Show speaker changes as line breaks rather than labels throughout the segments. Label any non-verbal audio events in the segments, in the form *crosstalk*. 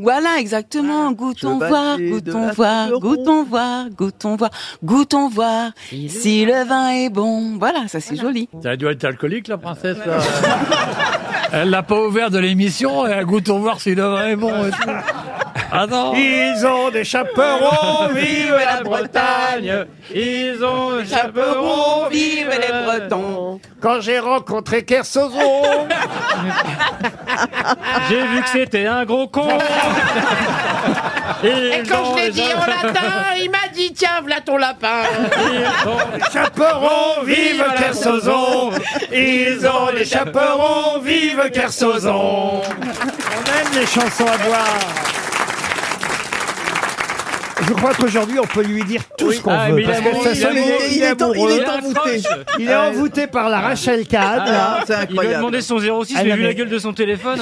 Voilà, exactement. Goûtons voir, goûtons voir, goûtons voir, goûtons voir, goûtons voir. Si le vin est bon, voilà, ça c'est joli.
Ça doit être alcoolique, la princesse. là. *laughs* Elle l'a pas ouvert de l'émission et elle goûte pour voir si le vin est bon et tout. Ah non
Ils ont des chaperons, vive la Bretagne Ils ont des chaperons,
Vive les Bretons.
Quand j'ai rencontré Kersozon J'ai vu que c'était un gros con Et
Quand je l'ai dit en latin, il m'a dit tiens, voilà ton lapin.
Chaperons, vive Kersozon Ils ont les chaperons, vive Kersozon On aime les chansons à boire je crois qu'aujourd'hui, on peut lui dire tout ce qu'on
Ah,
veut.
mais il
parce
est
que de
amoureux,
toute
il est
façon, il
amoureux.
est- il est amoureux. Il est envoûté par la Rachel Kahn. là.
Ah, c'est
Il lui a demandé son 06,
Ah,
j'ai
non,
vu
mais-
la gueule de son téléphone.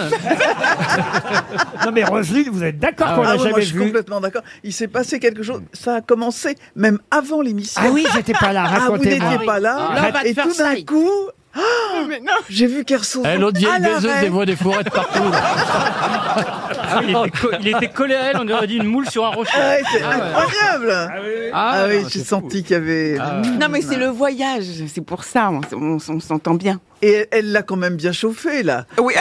Non mais Roselyne, vous êtes d'accord qu'on
Ah
l'a
ouais, moi,
jamais
je suis
vu
complètement d'accord. Il s'est passé quelque chose. Ça a commencé même avant l'émission.
Ah oui, j'étais pas là,
Ah, vous
racontez-moi.
n'étiez pas là.
Là, on va te
et
faire
tout d'un
ça.
coup, ah, j'ai vu Kersozon
Elle,
à
l'autre vieille baiseuse,
l'arrêt.
des voit des fourrettes partout.
Ah Il était, co- il était collé à elle, on aurait dit une moule sur un rocher.
Ah ouais, c'est incroyable. Ah oui, j'ai senti qu'il y avait.
Non, mais c'est le voyage, c'est pour ça, on, on- on s'entend bien.
Et elle- elle l'a quand même bien chauffé là.
Oui,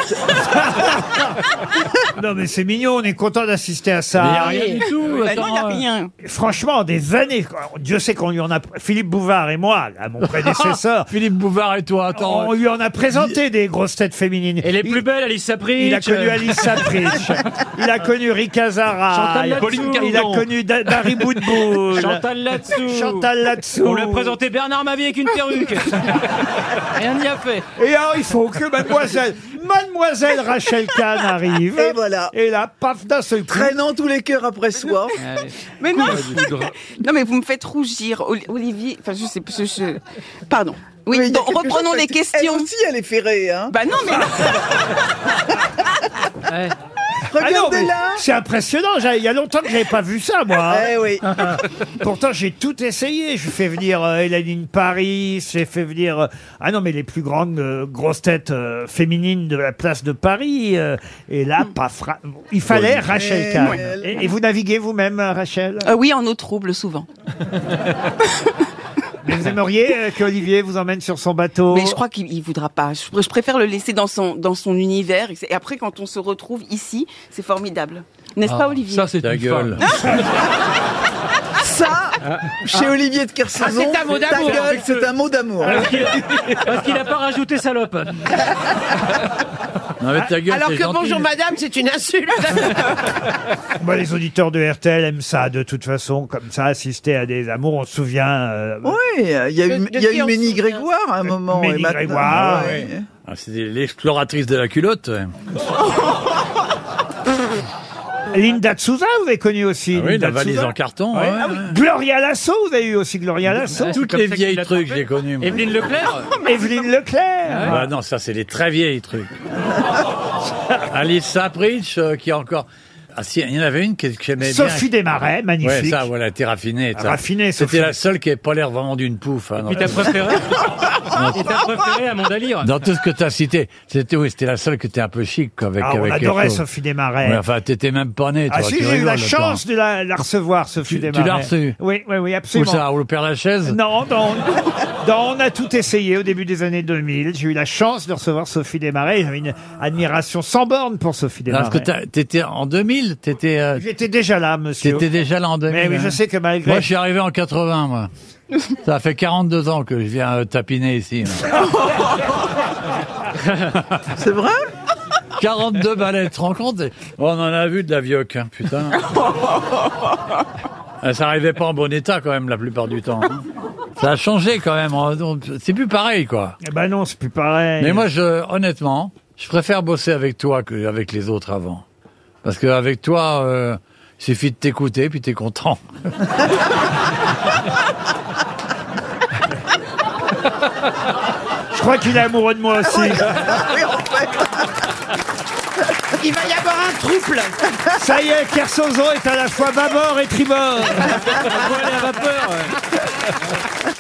Non mais c'est mignon, on est content d'assister à
Il n'y a
Ah
ça.
rien du tout.
bah non, *laughs* il n'y a
attends, euh,
rien.
Franchement, des années. quoi. Dieu sait qu'on lui en a. Philippe Bouvard et moi, là, mon
*laughs*
prédécesseur,
Philippe Bouvard et toi, attends.
on lui en a présenté des grosses têtes féminines.
Oh, Et les
Il-
plus belles, Alice Sapritch.
Il a connu Alice
*laughs*
Sapritch, il a connu Rika Zara,
Chantal
il a,
Latsou.
il a connu Da- Dari Boudboul,
Chantal Latsou.
Chantal Latsou.
On lui a présenté Bernard Mavie avec une
*laughs*
perruque. Rien n'y a fait.
Et ah, il faut que mademoiselle, mademoiselle Rachel Kahn arrive.
Et voilà.
Et là, paf, d'un seul coup.
Traînant tous les cœurs après soi.
Ah
Mais non, non, mais vous me faites rougir, Oli- Olivier. Enfin, je sais, je, je- pardon. Oui,
Mais il y a
donc,
quelque chose
reprenons les
parce que
questions.
Elle aussi, elle est ferrée. Hein.
Bah non, mais
Ouais.
Ah non, mais
Regardez-la.
c'est impressionnant. j'ai- Il y a longtemps que je n'avais pas vu ça, moi.
Eh oui.
Pourtant, j'ai tout essayé. Je fais venir euh, Hélène Paris, j'ai fait venir. euh, ah non, mais les plus grandes euh, grosses têtes euh, féminines de la place de Paris. euh, et là, pas fra- Il fallait Rachel
Mais
Kahn.
elle-
Et, et vous naviguez vous-même, euh, Rachel
Euh, oui, en eau trouble souvent.
Mais vous aimeriez euh, que Olivier vous emmène sur son bateau
Mais je crois qu'il il voudra pas. Je, pr- je préfère le laisser dans son, dans son univers. Et c'est- Et après, quand on se retrouve ici, c'est formidable. N'est-ce pas, Olivier
Ah, Ça, c'est
Ta
une
gueule.
femme.
Ça, chez Olivier de Kersauzon,
Ah, c'est un mot
ta
d'amour.
gueule, c'est un mot d'amour.
Parce qu'il parce qu'il a pas rajouté salope.
Non,
Ah.
mais ta gueule,
Alors
c'est
que
gentil.
bonjour madame, c'est une insulte.
*laughs*
Bah, les auditeurs de RTL aiment ça, de toute façon, comme ça, assister à des amours. On se souvient. euh,
Oui, il y a eu,
De- de
il y a
qui
eu
on se
Ménie
souvient
Grégoire à un moment.
Ménie
et maintenant-
Grégoire,
Ah ouais.
Ah, C'était l'exploratrice de la culotte. Ah ouais.
Linda Souza, vous avez connu aussi.
Ah oui,
Linda
la valise
Souza.
en carton.
Ouais.
ouais,
Ah oui.
ouais.
Gloria Lasso, vous avez eu aussi Gloria Lasso.
Ouais.
Toutes
comme
les
ça
vieilles
qu'il a
trucs,
attrapé.
j'ai connu. moi.
Evelyne Leclerc.
Evelyne Leclerc.
Ah non, ça, c'est les très
*laughs*
vieilles trucs. Alice Sapritch, euh, qui a encore. Ah si, il y en avait une que que j'aimais Eh bien.
Sophie Desmarais,
Ouais,
magnifique. Ah,
ça, voilà, t'es raffinée. ça.
Raffinée, Sophie.
C'était la seule qui n'avait pas l'air vraiment d'une pouffe. hein,
Et
dans,
t'as préféré Et t'as préféré à Mondalire.
dans tout ce que t'as cité. C'était, oui, c'était la seule qui était un peu chic, quoi, avec,
Ah, on
avec quelque
adorait
chose.
Sophie Desmarais.
Ouais, enfin, t'étais même pas né,
ah
toi,
si,
tu
j'ai eu
rigoles,
la
toi.
chance de la, la recevoir, Sophie
Tu- tu
Desmarais.
l'as reçue
Oui, oui, oui,
Où
absolument.
ça, au Père Lachaise
Non, dans, *laughs* dans On a tout essayé au début des années 2000. J'ai eu la chance de recevoir Sophie Desmarais. J'avais une admiration sans borne pour Sophie
Non, Parce que
Desmarais.
t'as- t'étais en 2000, t'étais, euh,
J'étais déjà là, monsieur.
t'étais déjà là en 2000.
Mais oui, je
hein.
sais que malgré...
Moi, je suis arrivé en
*laughs*
80, moi. Ça fait 42 ans que je viens euh, tapiner ici. moi.
*laughs*
C'est vrai
42 balais, tu te rends compte On en a vu de la vioque, hein,
*laughs*
putain. Euh, Ça arrivait pas en bon état, quand même, la plupart du temps. hein. Ça a changé, quand même. On- on- C'est plus pareil, quoi.
Eh ben non, c'est plus pareil.
Mais moi, je, honnêtement, je préfère bosser avec toi qu'avec les autres avant. Parce qu'avec toi, euh, il suffit de t'écouter, puis t'es content.
Je crois qu'il est amoureux de moi
*laughs*
aussi.
Oui, Ah en fait.
Il va y avoir un trouble.
Ça y est, Kersozon est à la fois bâbord et tribord.
On voit aller à vapeur.